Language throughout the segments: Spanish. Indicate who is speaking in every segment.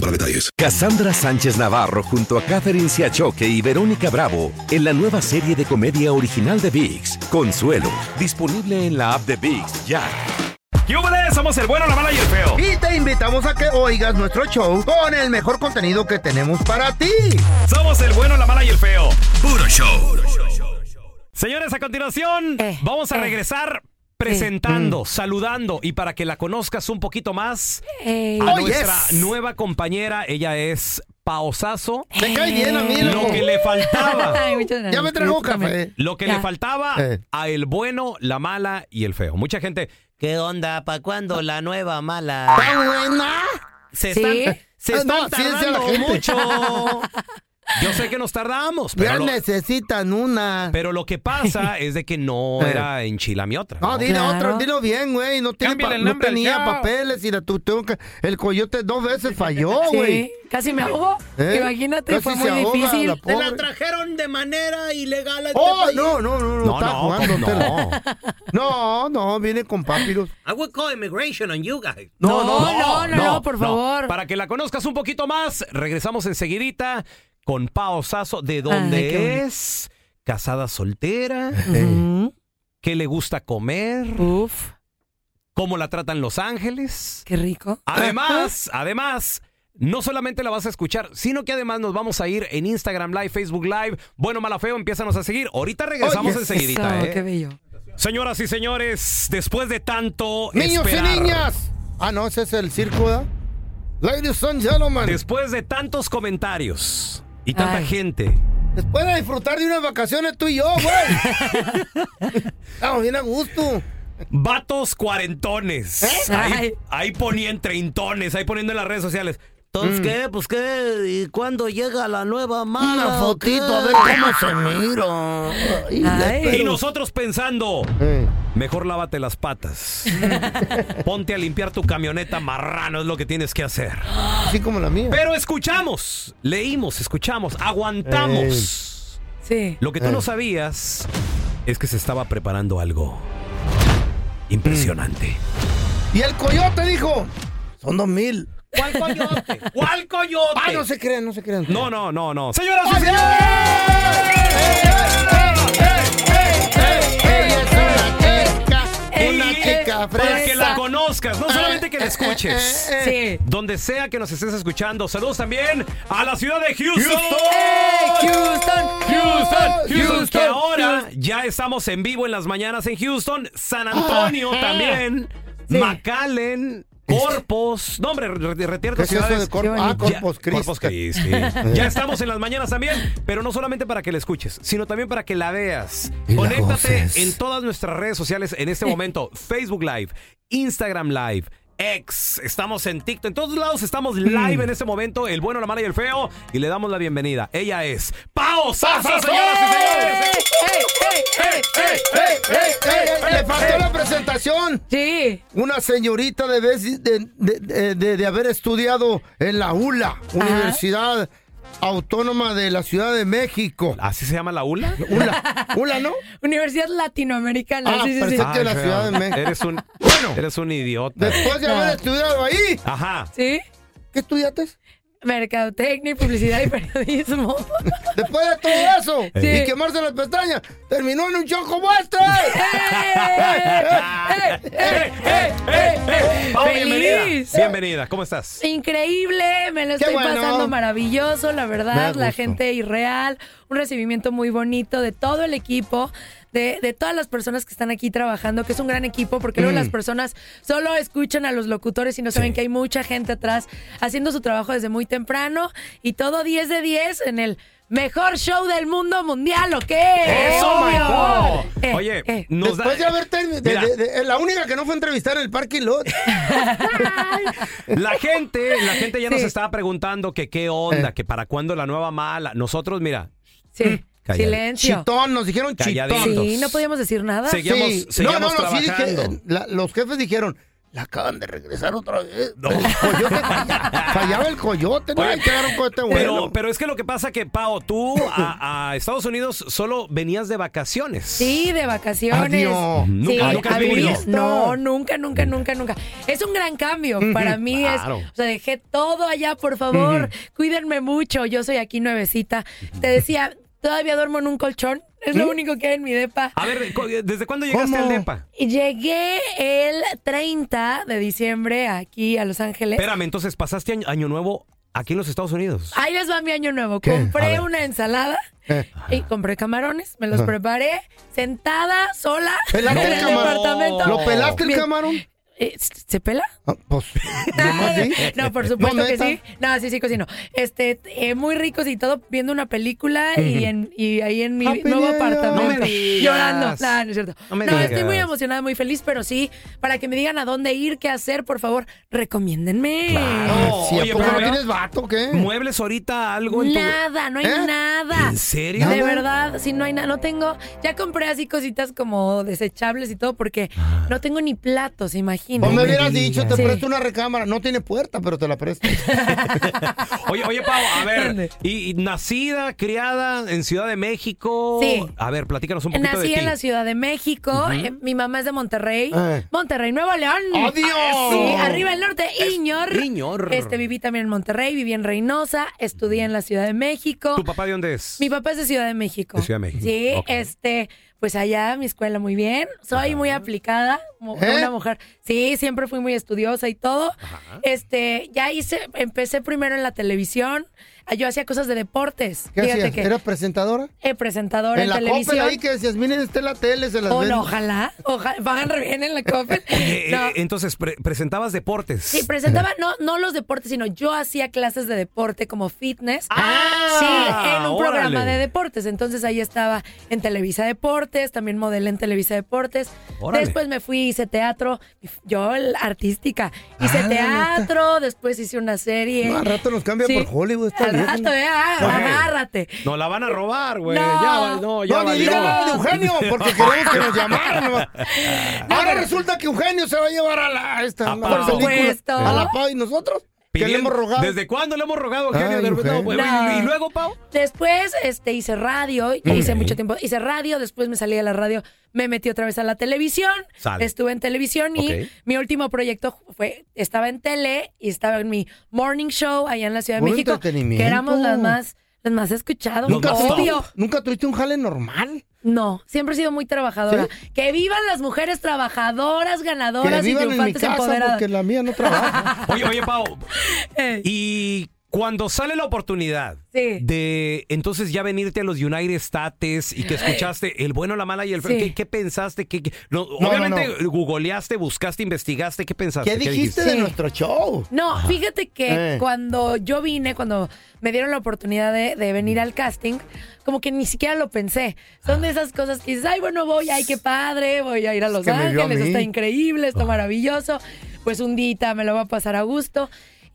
Speaker 1: para detalles.
Speaker 2: Cassandra Sánchez Navarro junto a Catherine Siachoque y Verónica Bravo en la nueva serie de comedia original de VIX, Consuelo, disponible en la app de VIX ya.
Speaker 3: ¡Yúbales! Somos el bueno, la mala y el feo.
Speaker 4: Y te invitamos a que oigas nuestro show con el mejor contenido que tenemos para ti.
Speaker 3: Somos el bueno, la mala y el feo.
Speaker 1: Puro show.
Speaker 3: Señores, a continuación
Speaker 4: Eh,
Speaker 3: vamos a regresar presentando,
Speaker 4: Mm.
Speaker 3: saludando y para que la conozcas un poquito más
Speaker 5: Ey.
Speaker 3: a
Speaker 4: Oh,
Speaker 3: nuestra
Speaker 4: yes.
Speaker 3: nueva compañera. Ella es Paosazo.
Speaker 4: Me cae bien a mí,
Speaker 3: Eh, Lo
Speaker 4: loco.
Speaker 3: que le faltaba.
Speaker 5: Ay, muchas gracias.
Speaker 4: Ya me trajo
Speaker 5: Yo también.
Speaker 4: café.
Speaker 3: Lo que le
Speaker 5: Ya.
Speaker 3: faltaba
Speaker 4: Eh.
Speaker 3: a el bueno, la mala y el feo. Mucha gente. ¿Qué onda? ¿Para cuándo la nueva mala?
Speaker 4: ¿Está buena?
Speaker 3: Se
Speaker 5: ¿Sí?
Speaker 3: están, se
Speaker 4: Ah,
Speaker 3: están
Speaker 4: no, sí, decía la
Speaker 3: tardando
Speaker 4: gente.
Speaker 3: mucho. Yo sé que nos tardamos, pero,
Speaker 4: Ya
Speaker 3: lo,
Speaker 4: necesitan una.
Speaker 3: pero lo que pasa es de que no
Speaker 5: Eh.
Speaker 3: era enchilamiota.
Speaker 4: No, dile
Speaker 5: Claro.
Speaker 4: otro, dilo bien, güey. No, tiene
Speaker 3: Cámbiale
Speaker 4: pa-
Speaker 3: el
Speaker 4: no
Speaker 3: nombre al
Speaker 4: tenía
Speaker 3: show.
Speaker 4: papeles y la tu- tengo que- el coyote dos veces falló,
Speaker 5: Sí,
Speaker 4: güey.
Speaker 5: casi me ahogo.
Speaker 4: ¿Eh?
Speaker 5: Imagínate,
Speaker 4: Casi
Speaker 5: fue
Speaker 4: se
Speaker 5: muy
Speaker 4: ahoga
Speaker 5: difícil.
Speaker 4: la pobre.
Speaker 3: trajeron de manera ilegal. este
Speaker 4: Oh, no, no, no, no,
Speaker 3: No,
Speaker 4: está
Speaker 3: no,
Speaker 4: jugando.
Speaker 3: no.
Speaker 4: tela. No. no, viene con papiros.
Speaker 3: I would call immigration on you guys.
Speaker 5: No, no, no, no, por favor.
Speaker 3: Para que la conozcas un poquito más, regresamos enseguidita con Pao Sasso, de
Speaker 5: Ay, qué
Speaker 3: dónde
Speaker 5: bonito. Mm.
Speaker 3: es, casada soltera,
Speaker 5: Ujú.
Speaker 3: qué le gusta comer,
Speaker 5: Uf,
Speaker 3: cómo la tratan Los Ángeles.
Speaker 5: qué rico.
Speaker 3: Además, además, no solamente la vas a escuchar, sino que además nos vamos a ir en Instagram Live, Facebook Live. Bueno, mala feo, empiézanos a seguir. Ahorita regresamos
Speaker 4: Oye,
Speaker 3: enseguidita,
Speaker 5: Eso,
Speaker 3: ¿eh?
Speaker 5: qué bello.
Speaker 3: Señoras y señores, después de tanto
Speaker 4: Niños
Speaker 3: esperar,
Speaker 4: y niñas. Ah, no, ese es el circo, ¿verdad? Ladies and gentlemen.
Speaker 3: después de tantos comentarios y tanta
Speaker 5: Ay.
Speaker 3: gente,
Speaker 4: Después de disfrutar de unas vacaciones tú y yo, güey. Estamos bien a gusto.
Speaker 3: vatos cuarentones,
Speaker 4: ¿Eh?
Speaker 3: ahí,
Speaker 5: Ay.
Speaker 3: ahí ponían treintones, ahí poniendo en las redes sociales. Entonces, ¿qué? Pues, ¿qué? ¿Y cuándo llega la nueva mala?
Speaker 4: Mm. Una
Speaker 3: o qué?
Speaker 4: fotito, a ver cómo se mira. Ah, Ay, le
Speaker 5: Ay.
Speaker 3: Y
Speaker 4: espero.
Speaker 3: nosotros pensando,
Speaker 4: Eh,
Speaker 3: Mejor lávate las patas. Ponte a limpiar tu camioneta marrano, es lo que tienes que hacer.
Speaker 4: Así como la mía.
Speaker 3: Pero escuchamos, leímos, escuchamos, aguantamos.
Speaker 5: Sí.
Speaker 3: Lo que tú no sabías es que se estaba preparando algo impresionante.
Speaker 4: Y el coyote dijo, son dos mil.
Speaker 3: ¿Cuál coyote? ¿Cuál coyote?
Speaker 4: Ay, no se crean, no se crean.
Speaker 3: Ah, no, no, no, no. Señoras y
Speaker 4: ¡Así es! Ella es una chica, una
Speaker 3: Y-
Speaker 4: chica
Speaker 3: Para que la
Speaker 4: fresa.
Speaker 3: conozcas, no solamente que la escuches.
Speaker 4: Eh, eh,
Speaker 5: Sí.
Speaker 3: Donde sea que nos estés escuchando, saludos también a la ciudad de
Speaker 5: ¡Ey, Eh, Houston!
Speaker 3: Houston, Houston, que
Speaker 5: Houston,
Speaker 3: ahora ya estamos en vivo en las mañanas en Houston, San
Speaker 4: Ah,
Speaker 3: Antonio
Speaker 4: eh.
Speaker 3: también, McAllen, Corpos, no hombre, re- re- retira
Speaker 4: ¿Qué
Speaker 3: tus
Speaker 4: es eso de
Speaker 3: ciudades.
Speaker 4: Corpus? Ah,
Speaker 5: bonito.
Speaker 4: Corpus
Speaker 3: Ya-
Speaker 4: Christi.
Speaker 3: Corpus Christi. ya estamos en las mañanas también, pero no solamente para que la escuches, sino también para que la veas.
Speaker 4: Y la
Speaker 3: Conéctate
Speaker 4: goces.
Speaker 3: en todas nuestras redes sociales en este momento: Facebook Live, Instagram Live. X, estamos en TikTok, en todos lados estamos
Speaker 4: Mm.
Speaker 3: live en este momento, el bueno, la mala y el feo, y le damos la bienvenida. Ella es Pao Sasa, señoras y señores.
Speaker 4: ¡Ey, ey, ey! Le faltó la presentación.
Speaker 5: Sí.
Speaker 4: Una señorita de, vez- de, de- de- de- de haber estudiado en la ULA, Universidad Autónoma de la Ciudad de México.
Speaker 3: ¿Así se llama la ULA?
Speaker 4: ULA, ULA ¿no?
Speaker 5: Universidad Latinoamericana.
Speaker 4: Ah,
Speaker 5: sí, sí, sí.
Speaker 4: perfecto. de la
Speaker 3: feo,
Speaker 4: Ciudad de México.
Speaker 3: Eres un,
Speaker 4: Bueno.
Speaker 3: eres un idiota.
Speaker 4: Después de haber
Speaker 5: No.
Speaker 4: estudiado ahí,
Speaker 3: Ajá.
Speaker 5: Sí.
Speaker 4: ¿qué estudiaste?
Speaker 5: Mercadotecnia, y publicidad y periodismo.
Speaker 4: Después de todo eso
Speaker 5: Sí.
Speaker 4: y quemarse las pestañas, terminó en un show como este. eh,
Speaker 3: ¡Eh, eh, eh, eh! Pao,
Speaker 5: Feliz.
Speaker 3: bienvenida. Bienvenida, ¿cómo estás?
Speaker 5: Increíble, me lo
Speaker 4: Qué
Speaker 5: estoy
Speaker 4: bueno.
Speaker 5: pasando maravilloso, la
Speaker 4: Me da
Speaker 5: verdad, la
Speaker 4: gusto.
Speaker 5: gente irreal, un recibimiento muy bonito de todo el equipo, de, de todas las personas que están aquí trabajando, que es un gran equipo, porque luego
Speaker 4: Mm.
Speaker 5: las personas solo escuchan a los locutores y no saben que hay mucha gente atrás haciendo su trabajo desde muy temprano y todo 10 de 10 en el Mejor show del mundo mundial, ¿o qué?
Speaker 3: ¡Eso,
Speaker 5: Obvio.
Speaker 3: Michael!
Speaker 5: Eh,
Speaker 3: Oh Oye,
Speaker 5: eh.
Speaker 3: nos da-
Speaker 4: Después de haber terminado.
Speaker 3: Mira.
Speaker 4: la única que no fue a entrevistar en el parking lot.
Speaker 3: La gente, la gente ya nos
Speaker 5: Sí. Eh.
Speaker 3: estaba preguntando que qué onda, que para cuándo la nueva mala. Nosotros, mira,
Speaker 5: Sí,
Speaker 3: Callad-
Speaker 5: silencio.
Speaker 4: Chitón, nos dijeron
Speaker 3: Calladito.
Speaker 4: chitón.
Speaker 5: Sí, no podíamos decir nada.
Speaker 3: Seguí- Seguíamos- seguíamos trabajando.
Speaker 4: dije- eh, la- los jefes dijeron, la acaban de regresar otra vez. Pues, Coyote falla- fallaba el coyote, no
Speaker 3: Oye,
Speaker 4: Ahí quedaron con este
Speaker 3: Pero,
Speaker 4: bueno.
Speaker 3: pero es que lo que pasa que, Pao, tú a, a Estados Unidos solo venías de vacaciones.
Speaker 5: Sí, de vacaciones.
Speaker 4: Adiós.
Speaker 5: Sí,
Speaker 3: Nunca- nunca
Speaker 5: a
Speaker 3: has
Speaker 5: vivir-
Speaker 3: vivido.
Speaker 5: No, nunca, nunca, nunca, nunca. Es un gran cambio. Para mí es.
Speaker 3: Claro.
Speaker 5: O sea, dejé todo allá, por favor. Cuídenme mucho. Yo soy aquí nuevecita. Te decía, todavía duermo en un colchón. Es
Speaker 4: ¿Mm?
Speaker 5: lo único que hay en mi depa.
Speaker 4: Ah.
Speaker 3: A ver, cu- ¿desde cuándo llegaste
Speaker 4: ¿Cómo?
Speaker 3: al DEPA?
Speaker 5: Y Llegué el 30 de diciembre aquí a Los Ángeles.
Speaker 3: Espérame, entonces pasaste año, Año nuevo aquí en los Estados Unidos.
Speaker 5: Ahí les va mi año nuevo.
Speaker 4: ¿Qué?
Speaker 3: A
Speaker 5: Compré
Speaker 3: ver.
Speaker 5: una ensalada
Speaker 4: Eh,
Speaker 5: y compré camarones. Me los preparé sentada, sola, en
Speaker 4: ¿Pelaste el
Speaker 5: el
Speaker 4: camarón?
Speaker 5: departamento.
Speaker 4: ¿Lo pelaste el
Speaker 5: Bien.
Speaker 4: camarón?
Speaker 5: Eh, ¿Se pela?
Speaker 4: Ah, pues, nomás di.
Speaker 5: No, por supuesto
Speaker 4: No,
Speaker 5: que
Speaker 4: neta.
Speaker 5: sí. No, sí, sí, cocino. Este, eh, muy ricos y todo, viendo una película y, en, y ahí en mi
Speaker 3: Ah,
Speaker 4: Happy
Speaker 5: nuevo
Speaker 4: New Year.
Speaker 5: apartamento.
Speaker 3: No me digas.
Speaker 5: llorando. No, no es cierto.
Speaker 3: No
Speaker 5: No,
Speaker 3: me
Speaker 5: estoy
Speaker 3: digas.
Speaker 5: muy emocionada, muy feliz, pero sí, para que me digan a dónde ir, qué hacer, por favor, recomiéndenme.
Speaker 3: Claro.
Speaker 4: Sí, ¿a
Speaker 3: Oye,
Speaker 4: poco
Speaker 3: pero
Speaker 4: no
Speaker 3: vea-
Speaker 4: tienes vato o qué?
Speaker 3: ¿Muebles ahorita algo en tu...
Speaker 5: Nada, no hay
Speaker 4: ¿Eh?
Speaker 5: nada.
Speaker 3: ¿En serio?
Speaker 5: De
Speaker 4: ¿Nada?
Speaker 5: verdad, si no hay nada, no tengo, ya compré así cositas como desechables y todo porque
Speaker 3: Ah.
Speaker 5: no tengo ni platos, imagino.
Speaker 4: O Pues me hubieras dicho, te
Speaker 5: Sí.
Speaker 4: presto una recámara. No tiene puerta, pero te la presto.
Speaker 3: Oye, oye, Pau, a ver,
Speaker 5: ¿Dónde?
Speaker 3: y, y nacida, criada en Ciudad de México.
Speaker 5: Sí.
Speaker 3: A ver, platícanos un poquito
Speaker 5: Nací
Speaker 3: de ti.
Speaker 5: en la Ciudad de México. eh, mi mamá es de Monterrey.
Speaker 4: Eh.
Speaker 5: Monterrey, Nuevo León.
Speaker 4: ¡Adiós!
Speaker 5: Sí, arriba el norte, Iñor.
Speaker 3: ¡Oh, Iñor.
Speaker 5: Este, viví también en Monterrey, viví en Reynosa, estudié en la Ciudad de México.
Speaker 3: ¿Tu papá de dónde es?
Speaker 5: Mi papá es de Ciudad de México.
Speaker 3: De Ciudad de México.
Speaker 5: Sí,
Speaker 3: Ok.
Speaker 5: este, pues allá mi escuela muy bien. Soy muy aplicada, mu-
Speaker 4: ¿Eh?
Speaker 5: una mujer. Sí, siempre fui muy estudiosa y todo. Este, ya hice, empecé primero en la televisión. Ah, Yo hacía cosas de deportes.
Speaker 4: ¿Qué
Speaker 5: Fíjate
Speaker 4: hacías?
Speaker 5: que
Speaker 4: ¿Eras presentadora?
Speaker 5: eh, presentadora
Speaker 4: En
Speaker 5: en,
Speaker 4: la Coppel
Speaker 5: televisión.
Speaker 4: ahí que decías, miren, está en la tele, se las
Speaker 5: O
Speaker 4: ven. Ah,
Speaker 5: no, ojalá, ojalá, bajan re bien en la Coppel.
Speaker 3: Eh, eh,
Speaker 5: No.
Speaker 3: entonces, pre- presentabas deportes.
Speaker 5: Sí, presentaba no, no los deportes, sino yo hacía clases de deporte como fitness.
Speaker 3: Ah,
Speaker 5: sí, en un
Speaker 3: órale.
Speaker 5: programa de deportes. Entonces ahí estaba en Televisa Deportes, también modelé en Televisa Deportes.
Speaker 3: Órale.
Speaker 5: Después me fui, hice teatro. Yo, el- artística, hice
Speaker 4: Ah,
Speaker 5: teatro, después hice una serie.
Speaker 4: No, al rato nos cambia
Speaker 5: Sí.
Speaker 4: por Hollywood. esta
Speaker 5: Al
Speaker 4: vieja.
Speaker 5: rato, eh, ah,
Speaker 3: Güey.
Speaker 5: agárrate.
Speaker 3: No la van a robar, güey.
Speaker 5: No.
Speaker 3: Ya, va- no, ya
Speaker 4: No, ni
Speaker 3: valió.
Speaker 4: diga nada de Eugenio, porque queremos que nos llamaran. nomás. Ahora
Speaker 5: pero-
Speaker 4: resulta que Eugenio se va a llevar a la a esta
Speaker 3: A
Speaker 4: la
Speaker 3: Pau.
Speaker 4: película,
Speaker 5: Por supuesto.
Speaker 4: A la Pau y nosotros. Que le
Speaker 3: Ah, Pidiendo-
Speaker 4: hemos rogado.
Speaker 3: ¿Desde cuándo le hemos rogado, Eugenio?
Speaker 4: Ay,
Speaker 3: De repente,
Speaker 4: Eugenio.
Speaker 3: güey,
Speaker 5: No.
Speaker 3: ¿Y luego, Pau?
Speaker 5: Después este, hice radio, hice mucho tiempo, hice radio, después me salí de la radio, me metí otra vez a la televisión,
Speaker 3: Sale.
Speaker 5: estuve en televisión y
Speaker 3: Ok.
Speaker 5: mi último proyecto fue, estaba en tele y estaba en mi morning show allá en la Ciudad de
Speaker 4: Buen
Speaker 5: México,
Speaker 4: entretenimiento.
Speaker 5: que éramos las más, las más escuchadas,
Speaker 3: Nunca
Speaker 4: tuviste-
Speaker 5: obvio.
Speaker 4: ¿Nunca tuviste un jale normal?
Speaker 5: No, siempre he sido muy trabajadora. Que vivan las mujeres trabajadoras,
Speaker 4: Que
Speaker 5: ganadoras y
Speaker 4: vivan en mi
Speaker 5: triunfantes
Speaker 4: casa
Speaker 5: empoderadas.
Speaker 4: porque la mía no trabaja.
Speaker 3: Oye, oye, Pau.
Speaker 5: Eh,
Speaker 3: Y cuando sale la oportunidad
Speaker 5: Sí.
Speaker 3: de entonces ya venirte a los United States y que escuchaste el bueno, la mala y el feo,
Speaker 5: Sí.
Speaker 3: ¿qué, qué pensaste? ¿Qué, qué- no,
Speaker 4: no,
Speaker 3: obviamente googleaste, buscaste, investigaste, ¿qué pensaste?
Speaker 4: ¿Qué dijiste
Speaker 5: Sí.
Speaker 4: de nuestro show?
Speaker 5: No, fíjate que
Speaker 4: Eh.
Speaker 5: cuando yo vine, cuando me dieron la oportunidad de, de venir al casting, como que ni siquiera lo pensé. Son de esas cosas que dices, ay, bueno, voy, ay, qué padre, voy a ir a Los
Speaker 4: que me vio a
Speaker 5: Ángeles,
Speaker 4: mí.
Speaker 5: está increíble, está maravilloso. Pues un dita me lo va a pasar a gusto.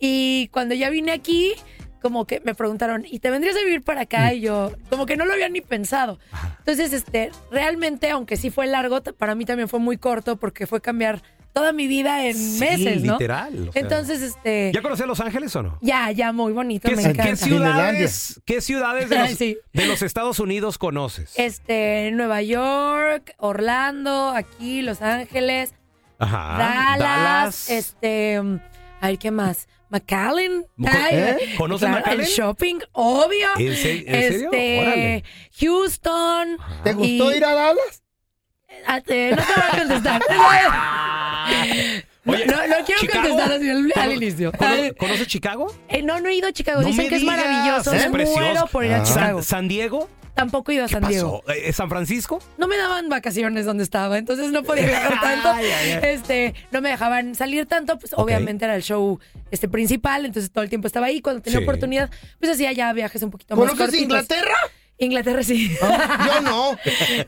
Speaker 5: Y cuando ya vine aquí, como que me preguntaron, ¿y te vendrías a vivir para
Speaker 4: Mm.
Speaker 5: acá? Y yo, como que no lo había ni pensado. Entonces, este, realmente, aunque sí fue largo, t- para mí también fue muy corto porque fue cambiar toda mi vida en
Speaker 3: Sí,
Speaker 5: meses, ¿no?
Speaker 3: literal, o sea.
Speaker 5: Entonces, este...
Speaker 3: ¿Ya conocí a Los Ángeles o no?
Speaker 5: Ya, ya, muy bonito,
Speaker 3: ¿Qué,
Speaker 5: me
Speaker 3: qué
Speaker 5: encanta.
Speaker 3: ciudades, ¿Qué ciudades de los,
Speaker 5: Sí.
Speaker 3: de los Estados Unidos conoces?
Speaker 5: Este, Nueva York, Orlando, aquí, Los Ángeles,
Speaker 3: Ajá.
Speaker 5: Dallas, este, mm, a ver, ¿qué más? McAllen.
Speaker 3: ¿Mo-
Speaker 5: Ay,
Speaker 3: eh? ¿Conoces
Speaker 5: claro,
Speaker 3: McAllen?
Speaker 5: El shopping, obvio.
Speaker 3: ¿En se- en serio?
Speaker 5: Este,
Speaker 3: Órale. Ah.
Speaker 5: Houston.
Speaker 4: ¿Te gustó ir a Dallas?
Speaker 5: a...? eh, no te voy a contestar. te voy a-
Speaker 3: Oye,
Speaker 5: no, no quiero
Speaker 3: Chicago.
Speaker 5: contestar así al, al
Speaker 3: ¿Cono-
Speaker 5: inicio.
Speaker 3: cono- ¿Conoces Chicago?
Speaker 5: Eh, no, no he ido a Chicago.
Speaker 3: No
Speaker 5: Dicen
Speaker 3: me
Speaker 5: que es
Speaker 3: digas,
Speaker 5: maravilloso.
Speaker 3: es
Speaker 5: me
Speaker 3: precioso.
Speaker 5: muero por ir a
Speaker 4: Ah.
Speaker 5: Chicago.
Speaker 3: San, San Diego.
Speaker 5: Tampoco iba a San Diego.
Speaker 3: Pasó. Eh, ¿San Francisco?
Speaker 5: No me daban vacaciones donde estaba, entonces no podía viajar tanto. Este, no me dejaban salir tanto, pues
Speaker 3: Ok.
Speaker 5: obviamente era el show este principal, entonces todo el tiempo estaba ahí. Cuando tenía
Speaker 3: Sí.
Speaker 5: oportunidad, pues hacía ya viajes un poquito más
Speaker 4: ¿Conoces
Speaker 5: cortitos.
Speaker 4: Inglaterra?
Speaker 5: Inglaterra sí.
Speaker 3: Ah,
Speaker 4: Yo no.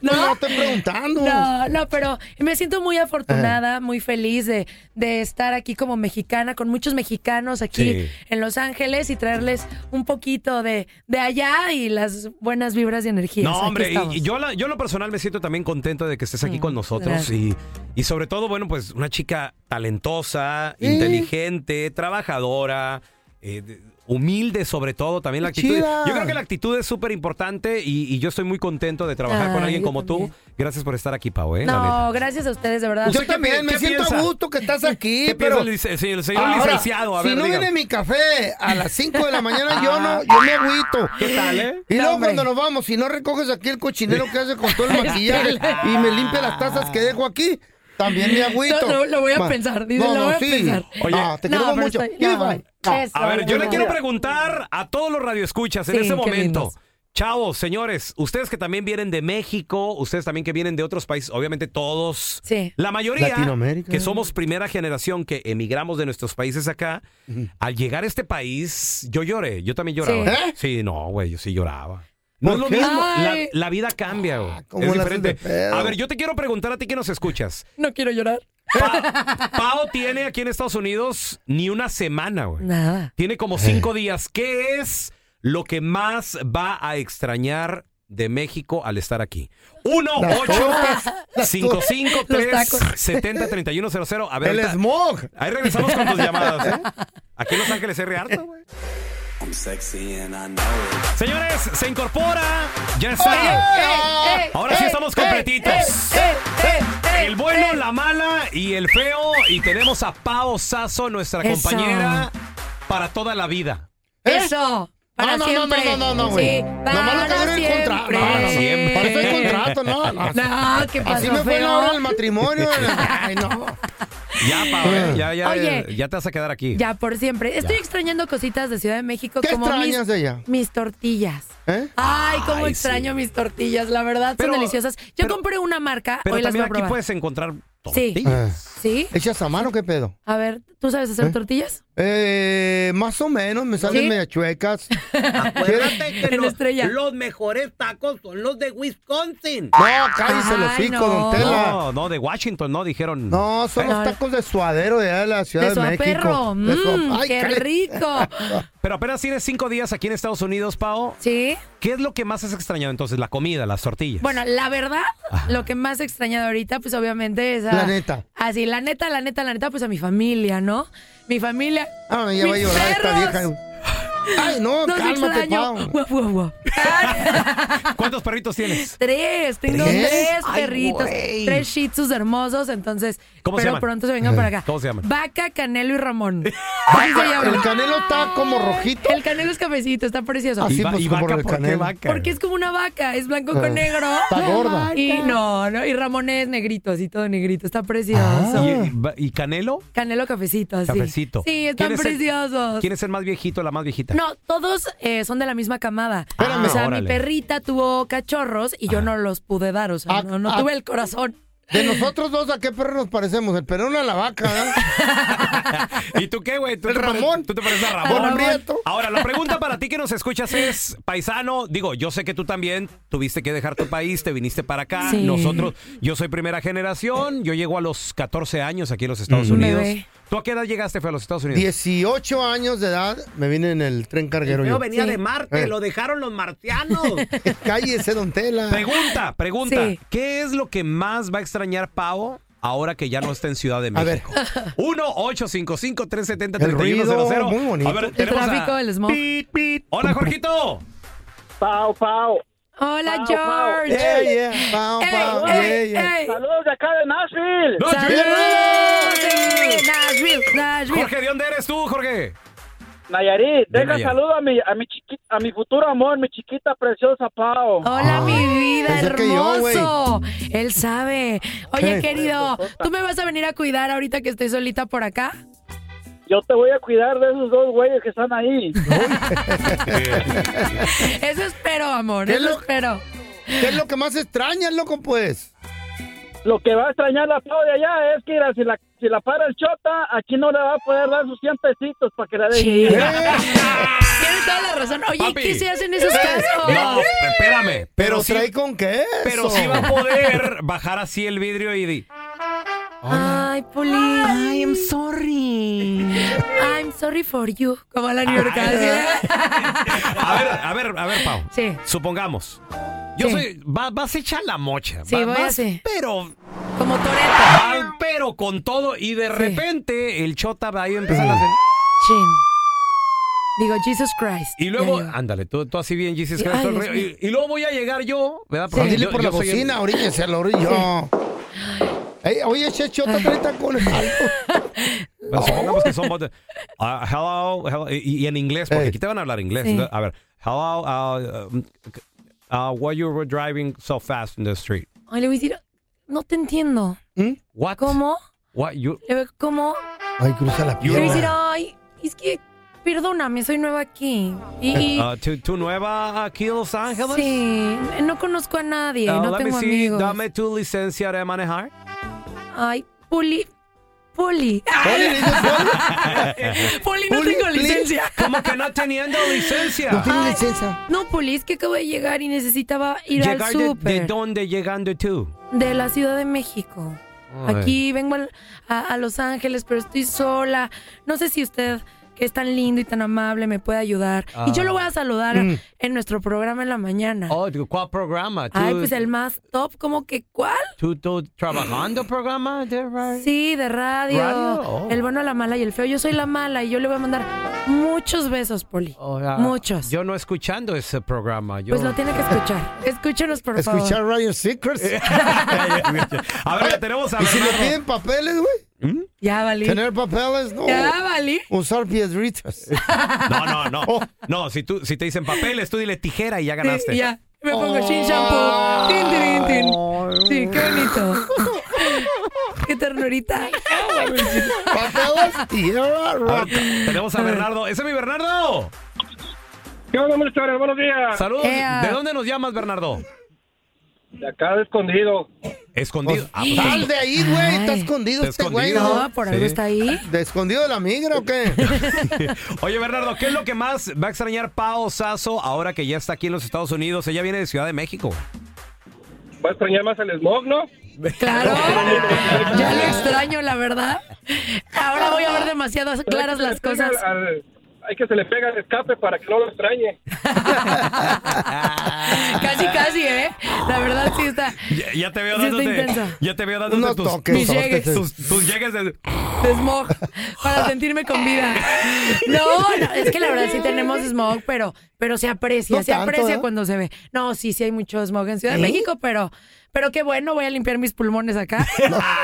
Speaker 5: ¿No?
Speaker 4: No estoy preguntando.
Speaker 5: No, no, pero me siento muy afortunada, muy feliz de, de estar aquí como mexicana, con muchos mexicanos aquí
Speaker 3: Sí.
Speaker 5: en Los Ángeles y traerles un poquito de, de allá y las buenas vibras y energías.
Speaker 3: No,
Speaker 5: Aquí
Speaker 3: hombre, y-
Speaker 5: estamos. Mm,
Speaker 3: y yo, la- yo en lo personal me siento también contento de que estés aquí con nosotros
Speaker 5: gracias.
Speaker 3: y, y sobre todo, bueno, pues una chica talentosa, inteligente, trabajadora, eh, de- humilde sobre todo, también la
Speaker 4: Qué
Speaker 3: actitud.
Speaker 4: chida.
Speaker 3: Yo creo que la actitud es súper importante y, y yo estoy muy contento de trabajar con
Speaker 5: Ay,
Speaker 3: alguien
Speaker 5: yo
Speaker 3: como
Speaker 5: también.
Speaker 3: tú. Gracias por estar aquí, Pau, ¿eh? La neta.
Speaker 5: No, gracias a ustedes, de verdad.
Speaker 3: ¿Usted
Speaker 4: Yo
Speaker 3: qué pi-
Speaker 4: también me
Speaker 3: qué
Speaker 4: siento
Speaker 3: piensa?
Speaker 4: a gusto que estás aquí,
Speaker 3: ¿Qué
Speaker 4: pero
Speaker 3: piensa el, lice- el señor
Speaker 4: Ah, Ahora,
Speaker 3: licenciado? A ver,
Speaker 4: si no
Speaker 3: dígame. Ah.
Speaker 4: viene mi café a las 5 de la mañana, yo no, yo me agüito.
Speaker 3: ¿Qué tal, eh?
Speaker 4: Y
Speaker 5: No,
Speaker 4: luego
Speaker 5: hombre.
Speaker 4: cuando nos vamos, si no recoges aquí el cochinero que hace con todo
Speaker 3: Este
Speaker 4: el maquillaje y me limpia las tazas que dejo aquí, también me agüito.
Speaker 5: No, lo- lo voy a
Speaker 4: Ma-
Speaker 5: pensar, dice, lo voy a pensar.
Speaker 4: Oye,
Speaker 3: No,
Speaker 4: Ah, te
Speaker 5: No,
Speaker 4: quiero
Speaker 5: pero
Speaker 4: mucho. Ah,
Speaker 5: estoy-
Speaker 4: Give
Speaker 5: no,
Speaker 4: it back.
Speaker 5: eso,
Speaker 3: A ver, yo le
Speaker 5: no.
Speaker 3: quiero preguntar a todos los radioescuchas en
Speaker 5: Sí,
Speaker 3: este
Speaker 5: qué
Speaker 3: momento.
Speaker 5: lindos.
Speaker 3: Chavos, señores, ustedes que también vienen de México, ustedes también que vienen de otros países, obviamente todos,
Speaker 5: Sí.
Speaker 3: la mayoría
Speaker 4: Latinoamérica.
Speaker 3: que somos primera generación que emigramos de nuestros países acá, al llegar a este país, yo lloré, yo también lloraba.
Speaker 4: Sí. ¿Eh?
Speaker 3: Sí, no, güey, yo sí lloraba. No es
Speaker 4: ¿Por
Speaker 3: lo
Speaker 4: qué? Ah,
Speaker 3: mismo, la,
Speaker 5: Ay.
Speaker 3: la vida cambia, güey.
Speaker 4: ¿cómo
Speaker 3: es
Speaker 4: la haces de
Speaker 3: diferente.
Speaker 4: pedo?
Speaker 3: A ver, yo te quiero preguntar a ti que nos escuchas.
Speaker 5: No quiero llorar.
Speaker 3: Pa- Pao tiene aquí en Estados Unidos ni una semana, güey.
Speaker 5: Nada.
Speaker 3: Tiene como cinco días. ¿Qué es lo que más va a extrañar de México al estar aquí? 1
Speaker 4: Las
Speaker 3: 8
Speaker 4: las
Speaker 3: 5 5 3
Speaker 5: Los tacos.
Speaker 3: 70 31 00 A ver,
Speaker 4: El
Speaker 3: ahorita-
Speaker 4: smog.
Speaker 3: ahí regresamos con tus llamadas. ¿eh? Aquí en Los Ángeles R. Harto, güey. Señores, se incorpora. Ya
Speaker 4: Eh,
Speaker 3: está. Ahora sí
Speaker 5: Eh,
Speaker 3: estamos completitos. El bueno, la mala y el feo. Y tenemos a Pao Sasso, nuestra
Speaker 5: Eso.
Speaker 3: compañera, para toda la vida.
Speaker 4: ¿Eh?
Speaker 5: Eso. Para
Speaker 4: no, no,
Speaker 5: siempre.
Speaker 4: no, no, no, no, güey.
Speaker 5: Sí,
Speaker 4: Nomás lo
Speaker 5: para
Speaker 4: que dure el contrato.
Speaker 5: siempre.
Speaker 4: Ah, No, no, no.
Speaker 3: Siempre.
Speaker 4: Para eso hay contrato, no. no.
Speaker 5: Eh, No, ¿qué pasó,
Speaker 4: Así me fue
Speaker 5: feo? Pues
Speaker 4: la hora del matrimonio. Ay, no.
Speaker 3: Ya, Pao, ¿eh? ya, ya,
Speaker 5: Oye.
Speaker 3: ya te vas a quedar aquí.
Speaker 5: Ya, por siempre. Estoy
Speaker 3: Ya.
Speaker 5: extrañando cositas de Ciudad de México.
Speaker 4: ¿Qué
Speaker 5: como
Speaker 4: extrañas
Speaker 5: mis,
Speaker 4: de allá?
Speaker 5: Mis tortillas.
Speaker 4: ¿Eh?
Speaker 5: Ay, cómo
Speaker 3: Ay,
Speaker 5: extraño
Speaker 3: sí.
Speaker 5: mis tortillas. La verdad,
Speaker 3: Pero-
Speaker 5: son deliciosas. Yo
Speaker 3: pero-
Speaker 5: compré una marca.
Speaker 3: Pero
Speaker 5: hoy las voy
Speaker 3: también
Speaker 5: a
Speaker 3: aquí
Speaker 5: probar.
Speaker 3: puedes encontrar
Speaker 5: Sí.
Speaker 3: tortillas.
Speaker 5: ¿Sí?
Speaker 4: Ah. ¿Echas a mano qué pedo?
Speaker 5: A ver, ¿tú sabes hacer tortillas?
Speaker 4: Eh, más o menos, me salen
Speaker 5: ¿Sí?
Speaker 4: media chuecas.
Speaker 5: En estrella.
Speaker 3: mejores tacos son los de Wisconsin.
Speaker 4: No, cállese el
Speaker 5: Ay,
Speaker 4: hocico,
Speaker 5: no.
Speaker 4: don Tela.
Speaker 3: No, no, de Washington, no, dijeron.
Speaker 4: No, son los
Speaker 5: No.
Speaker 4: tacos de suadero de allá de la Ciudad
Speaker 5: De
Speaker 4: de,
Speaker 5: suaperro.
Speaker 4: México. De
Speaker 5: Mm,
Speaker 4: sua- Ay,
Speaker 5: qué
Speaker 4: cállate.
Speaker 5: rico.
Speaker 3: Pero apenas tienes cinco días aquí en Estados Unidos, Pao.
Speaker 5: ¿Sí?
Speaker 3: ¿Qué es lo que más has extrañado entonces? La comida, las tortillas.
Speaker 5: Bueno, la verdad, lo que más he extrañado ahorita, pues obviamente es a...
Speaker 4: La neta.
Speaker 5: Así, la neta, la neta, la neta, pues a mi familia, ¿no? Mi familia...
Speaker 4: Ah, ya va a
Speaker 5: mis
Speaker 4: llorar esta
Speaker 5: perros.
Speaker 4: vieja. Ay, no,
Speaker 5: Los
Speaker 4: cálmate,
Speaker 5: extraño.
Speaker 4: Pau.
Speaker 5: Guau, guau, guau.
Speaker 3: ¿Cuántos perritos tienes?
Speaker 5: Tres, tengo
Speaker 4: ¿Tres?
Speaker 5: tres,
Speaker 4: Ay,
Speaker 5: perritos,
Speaker 4: güey.
Speaker 5: tres shih tzus hermosos, entonces
Speaker 3: ¿Cómo se
Speaker 5: espero
Speaker 3: llaman?
Speaker 5: pronto se vengan para acá.
Speaker 3: ¿Cómo se llaman?
Speaker 5: Vaca, Canelo y Ramón. Así se llaman.
Speaker 4: El canelo está como rojito.
Speaker 5: El Canelo es cafecito, está precioso.
Speaker 4: Así
Speaker 3: ¿Y va-
Speaker 4: pues,
Speaker 3: y
Speaker 4: como
Speaker 3: vaca,
Speaker 4: el
Speaker 3: por qué
Speaker 4: Canelo.
Speaker 3: vaca?
Speaker 5: Porque es como una vaca, es blanco
Speaker 4: Ah,
Speaker 5: con negro.
Speaker 4: está gorda.
Speaker 5: Y no, no, y Ramón es negrito, así todo negrito, está precioso.
Speaker 3: ¿Y, y Canelo?
Speaker 5: Canelo cafecito, así.
Speaker 3: Cafecito.
Speaker 5: Sí,
Speaker 3: ¿Quién
Speaker 5: están
Speaker 3: es el-
Speaker 5: preciosos.
Speaker 3: ¿Quién es el más viejito, la más viejita?
Speaker 5: No, todos eh, son de la misma camada.
Speaker 4: Espérame.
Speaker 5: o sea,
Speaker 3: Ah, Órale. Ah.
Speaker 5: mi perrita tuvo cachorros y yo no los pude dar, o sea,
Speaker 4: Ah,
Speaker 5: no, no
Speaker 4: ah.
Speaker 5: tuve el corazón.
Speaker 4: De nosotros dos, ¿a qué perro nos parecemos? El perrón a la vaca, ¿eh?
Speaker 3: ¿Y tú qué, güey? ¿Tú
Speaker 4: El
Speaker 3: te pareces-
Speaker 4: Ramón.
Speaker 3: ¿Tú te pareces a Ramón?
Speaker 4: Don Prieto.
Speaker 3: Ahora, la pregunta para ti que nos escuchas es, paisano, digo, yo sé que tú también tuviste que dejar tu país, te viniste para acá.
Speaker 5: Sí.
Speaker 3: Nosotros, yo soy primera generación, yo llego a los 14 años aquí en los Estados
Speaker 5: Un
Speaker 3: Unidos.
Speaker 5: bebé.
Speaker 3: ¿Tú a qué edad llegaste, Fue a los Estados Unidos?
Speaker 4: 18 años de edad me vine en el tren carguero yo.
Speaker 5: venía Sí. de
Speaker 4: Marte, Eh. lo
Speaker 3: dejaron los martianos.
Speaker 4: Cállese, don Tela.
Speaker 3: pregunta, pregunta.
Speaker 5: Sí.
Speaker 3: ¿Qué es lo que más va a extrañar Pavo ahora que ya no está en Ciudad de
Speaker 4: A ver.
Speaker 3: México? 1-855-370-3100.
Speaker 4: El ruido, muy bonito.
Speaker 3: A ver,
Speaker 4: El
Speaker 5: El
Speaker 3: tenemos a-
Speaker 5: tráfico, el smog.
Speaker 3: Hola, Jorgito.
Speaker 6: Pau, Pau.
Speaker 5: Hola,
Speaker 6: Pau,
Speaker 5: George.
Speaker 4: Yeah, yeah, pao,
Speaker 5: Ey,
Speaker 4: pao,
Speaker 5: ey,
Speaker 4: yeah, yeah.
Speaker 5: ey.
Speaker 6: Saludos de acá de Nashville.
Speaker 3: ¡No,
Speaker 5: Saludos,
Speaker 3: Jorge!
Speaker 5: eh, Nashville, Nashville.
Speaker 3: Jorge, ¿de dónde eres tú, Jorge?
Speaker 6: Nayarit,
Speaker 3: De
Speaker 6: deja
Speaker 3: Nayarit.
Speaker 6: saludo a mi, a mi chiqui- a mi futuro amor, mi chiquita preciosa, Pau.
Speaker 5: Hola, mi vida,
Speaker 4: pensé que yo, güey.
Speaker 5: hermoso. Él sabe. Oye,
Speaker 4: ¿Qué?
Speaker 5: querido, ¿tú me vas a venir a cuidar ahorita que estoy solita por acá?
Speaker 6: Yo te voy a cuidar de esos dos güeyes que están ahí.
Speaker 5: Eso espero, amor.
Speaker 4: ¿Qué
Speaker 5: Eso
Speaker 4: lo-
Speaker 5: espero.
Speaker 4: ¿Qué es lo que más extrañas, loco, pues?
Speaker 6: Lo que va a extrañar la Claudia allá es que mira, si la, si la para el Chota, aquí no le va a poder dar sus 100 pesitos para que la deje.
Speaker 5: Sí.
Speaker 6: ir.
Speaker 5: Tienes toda la razón. Oye,
Speaker 3: Papi.
Speaker 5: ¿qué se hacen esos
Speaker 4: Eh,
Speaker 5: casos?
Speaker 3: No, espérame.
Speaker 4: ¿Pero
Speaker 3: Pero sí,
Speaker 4: trae con qué
Speaker 3: pero
Speaker 4: eso?
Speaker 3: sí va a poder bajar así el vidrio y di.
Speaker 5: Ay, Poli. I am sorry. I'm sorry for you. Como la New York.
Speaker 3: A ver, a ver, a ver, Pau.
Speaker 5: Sí.
Speaker 3: Supongamos. Yo
Speaker 5: Sí.
Speaker 3: soy. va- vas hecha la mocha.
Speaker 5: Sí,
Speaker 3: Va-
Speaker 5: voy
Speaker 3: vas,
Speaker 5: así.
Speaker 3: Pero.
Speaker 5: Como Toreto.
Speaker 3: va- pero con todo. Y de repente el chota va ahí a empezar a hacer.
Speaker 5: Chin. Digo, Jesus Christ.
Speaker 3: Y luego,
Speaker 5: Ya digo.
Speaker 3: ándale, tú, tú así bien, Jesus
Speaker 5: Sí,
Speaker 3: Christ,
Speaker 5: ay,
Speaker 3: todo el
Speaker 5: Dios
Speaker 3: rollo.
Speaker 5: mío.
Speaker 3: y, y luego voy a llegar yo, ¿verdad?
Speaker 4: Pues dile
Speaker 3: yo-
Speaker 4: por
Speaker 3: yo
Speaker 4: la
Speaker 3: soy el-
Speaker 4: bocina, oríñese al orillo. Ey, oye, Checho, te trae tacones altos.
Speaker 3: Pero supongamos que son botes. Ah, hello, hello, y, y en inglés, porque
Speaker 4: Ey.
Speaker 3: aquí te van a hablar inglés.
Speaker 5: Sí.
Speaker 3: Entonces, A ver, hello, ah, um, ah, why you were driving so fast in the street?
Speaker 5: Ay, le voy a decir, no te entiendo.
Speaker 3: What?
Speaker 5: ¿Cómo?
Speaker 3: What you?
Speaker 5: Le voy- ¿Cómo?
Speaker 4: Ay, cruza la
Speaker 5: Le voy a decir,
Speaker 4: pierna.
Speaker 5: ay, es que, perdóname, soy nueva aquí. Y, y-
Speaker 3: ah, ¿tú, tú nueva aquí en Los Ángeles?
Speaker 5: sí, no conozco a nadie,
Speaker 3: Ah,
Speaker 5: no
Speaker 3: let
Speaker 5: tengo
Speaker 3: me see,
Speaker 5: amigos.
Speaker 3: dame tu licencia de manejar.
Speaker 5: Ay, Poli, Poli.
Speaker 3: Ah,
Speaker 4: Oye, le dices, oye,
Speaker 5: Poli, no
Speaker 4: Poli,
Speaker 5: tengo
Speaker 4: please.
Speaker 5: licencia.
Speaker 3: Como que no teniendo licencia.
Speaker 4: No tiene licencia.
Speaker 5: No, Poli, es que acabo de llegar y necesitaba ir al
Speaker 3: Llegar de- de,
Speaker 5: súper de,
Speaker 3: dónde llegando tú?
Speaker 5: la Ciudad de México.
Speaker 3: Ay.
Speaker 5: Aquí vengo al- a, a Los Ángeles, pero estoy sola. No sé si usted, que es tan lindo y tan amable, me puede ayudar. Y yo lo voy a saludar en nuestro programa en la mañana.
Speaker 3: Oh, ¿cuál programa? ¿Tú,
Speaker 5: Ay, pues el más top, como que cuál?
Speaker 3: tú- tú trabajando programa? de radio?
Speaker 5: Sí, de radio.
Speaker 3: Radio, oh.
Speaker 5: El bueno, la mala y el feo. Yo soy la mala y yo le voy a mandar muchos besos, Poli.
Speaker 3: Oh, ah,
Speaker 5: Muchos.
Speaker 3: Yo no escuchando ese programa. Yo...
Speaker 5: Pues lo tiene que escuchar. Escúchenos, por favor.
Speaker 4: Escuchar Radio Secrets.
Speaker 3: a ver, tenemos a
Speaker 4: Y si le
Speaker 3: Bernardo.
Speaker 4: piden papeles, güey.
Speaker 5: Ya, Valí.
Speaker 4: Tener papeles, no.
Speaker 5: Ya, Valí.
Speaker 3: Oh.
Speaker 4: Usar piedritas.
Speaker 3: No, no, no. No, si, tú, si te dicen papeles, tú dile tijera y ya
Speaker 5: Sí,
Speaker 3: ganaste.
Speaker 5: ya. Me pongo sin shampoo. Tin, tin, tin. Sí, qué bonito. qué ternurita.
Speaker 4: Papeles, tierra,
Speaker 3: A
Speaker 4: rock.
Speaker 3: ver, te- tenemos a Bernardo. ¡Ese es mi Bernardo!
Speaker 6: ¿Qué onda, muchachos? Buenos días.
Speaker 3: Saludos.
Speaker 5: Ea.
Speaker 3: ¿De dónde nos llamas, Bernardo?
Speaker 6: De acá de escondido.
Speaker 3: Escondido. Ah, pues,
Speaker 4: Sal de ahí, güey. Está
Speaker 5: Ay.
Speaker 4: escondido
Speaker 3: Está
Speaker 4: este güey.
Speaker 3: escondido.
Speaker 4: ¿no?
Speaker 5: No, por
Speaker 3: Sí.
Speaker 5: algo está ahí.
Speaker 4: ¿De escondido de la migra o qué?
Speaker 3: Oye, Bernardo, ¿qué es lo que más va a extrañar Pao Sasso ahora que ya está aquí en los Estados Unidos? Ella viene de Ciudad de México.
Speaker 6: Va a extrañar más el smog, ¿no?
Speaker 5: Claro. Ya le extraño, la verdad. Ahora voy a ver demasiado claras las cosas.
Speaker 6: hay que se le pega el escape para que no lo extrañe.
Speaker 5: Casi, casi, ¿eh? La verdad sí está.
Speaker 3: Ya, ya te veo
Speaker 5: Sí, está
Speaker 3: dándote.
Speaker 5: intenso.
Speaker 3: Ya te veo dándote
Speaker 4: No
Speaker 3: tus,
Speaker 4: toques.
Speaker 5: mis
Speaker 4: no
Speaker 5: llegues.
Speaker 4: toques.
Speaker 3: tus, tus llegues de.
Speaker 5: de smog para sentirme con vida. No, no, es que la verdad sí tenemos smog, pero, pero se aprecia,
Speaker 4: No
Speaker 5: se
Speaker 4: tanto,
Speaker 5: aprecia
Speaker 4: ¿eh?
Speaker 5: cuando se ve. No, sí, sí hay mucho smog en Ciudad de México, pero, pero qué bueno, voy a limpiar mis pulmones acá.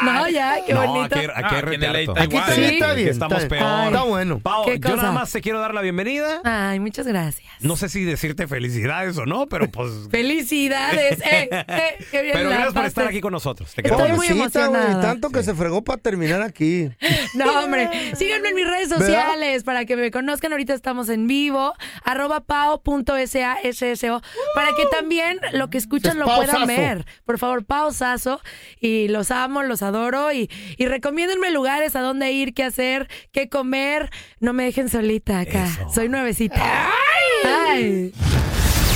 Speaker 5: No, ya, qué
Speaker 3: no,
Speaker 5: bonito.
Speaker 3: Ah, aquí, aquí hay
Speaker 7: aquí en el Aquí
Speaker 3: retardo.
Speaker 4: Aquí
Speaker 5: Igual,
Speaker 4: sí,
Speaker 5: ¿eh?
Speaker 4: está bien.
Speaker 3: Estamos
Speaker 4: está bien.
Speaker 3: peor.
Speaker 4: Está bueno.
Speaker 3: Pao,
Speaker 5: ¿Qué
Speaker 3: yo nada
Speaker 5: cosa? Ah,
Speaker 3: más te quiero dar la bienvenida.
Speaker 5: Ay, muchas gracias.
Speaker 3: No sé si decirte felicidades o no, pero pues.
Speaker 5: Felicidades, eh, eh, qué bien
Speaker 3: pero
Speaker 5: la
Speaker 3: gracias por estar
Speaker 5: pasaste.
Speaker 3: aquí con nosotros. Te
Speaker 5: Estoy
Speaker 3: queremos.
Speaker 5: muy
Speaker 4: Pobrecita, güey,
Speaker 5: emocionada.
Speaker 4: Tanto que se fregó para terminar aquí.
Speaker 5: No, hombre, síganme en mis redes sociales para que me conozcan. Ahorita estamos en vivo, arroba pao.sasso, para que también lo que escuchan
Speaker 4: Es
Speaker 5: lo
Speaker 4: Pao
Speaker 5: puedan
Speaker 4: Sasso.
Speaker 5: ver. Por favor, pausazo. Y los amo, los adoro. Y, y recomiéndenme lugares a dónde ir, qué hacer, qué comer. No me dejen solita acá. Soy nuevecita. Ay.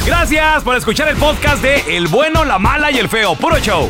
Speaker 3: Gracias por escuchar el podcast de El bueno, la mala y el feo. Puro show.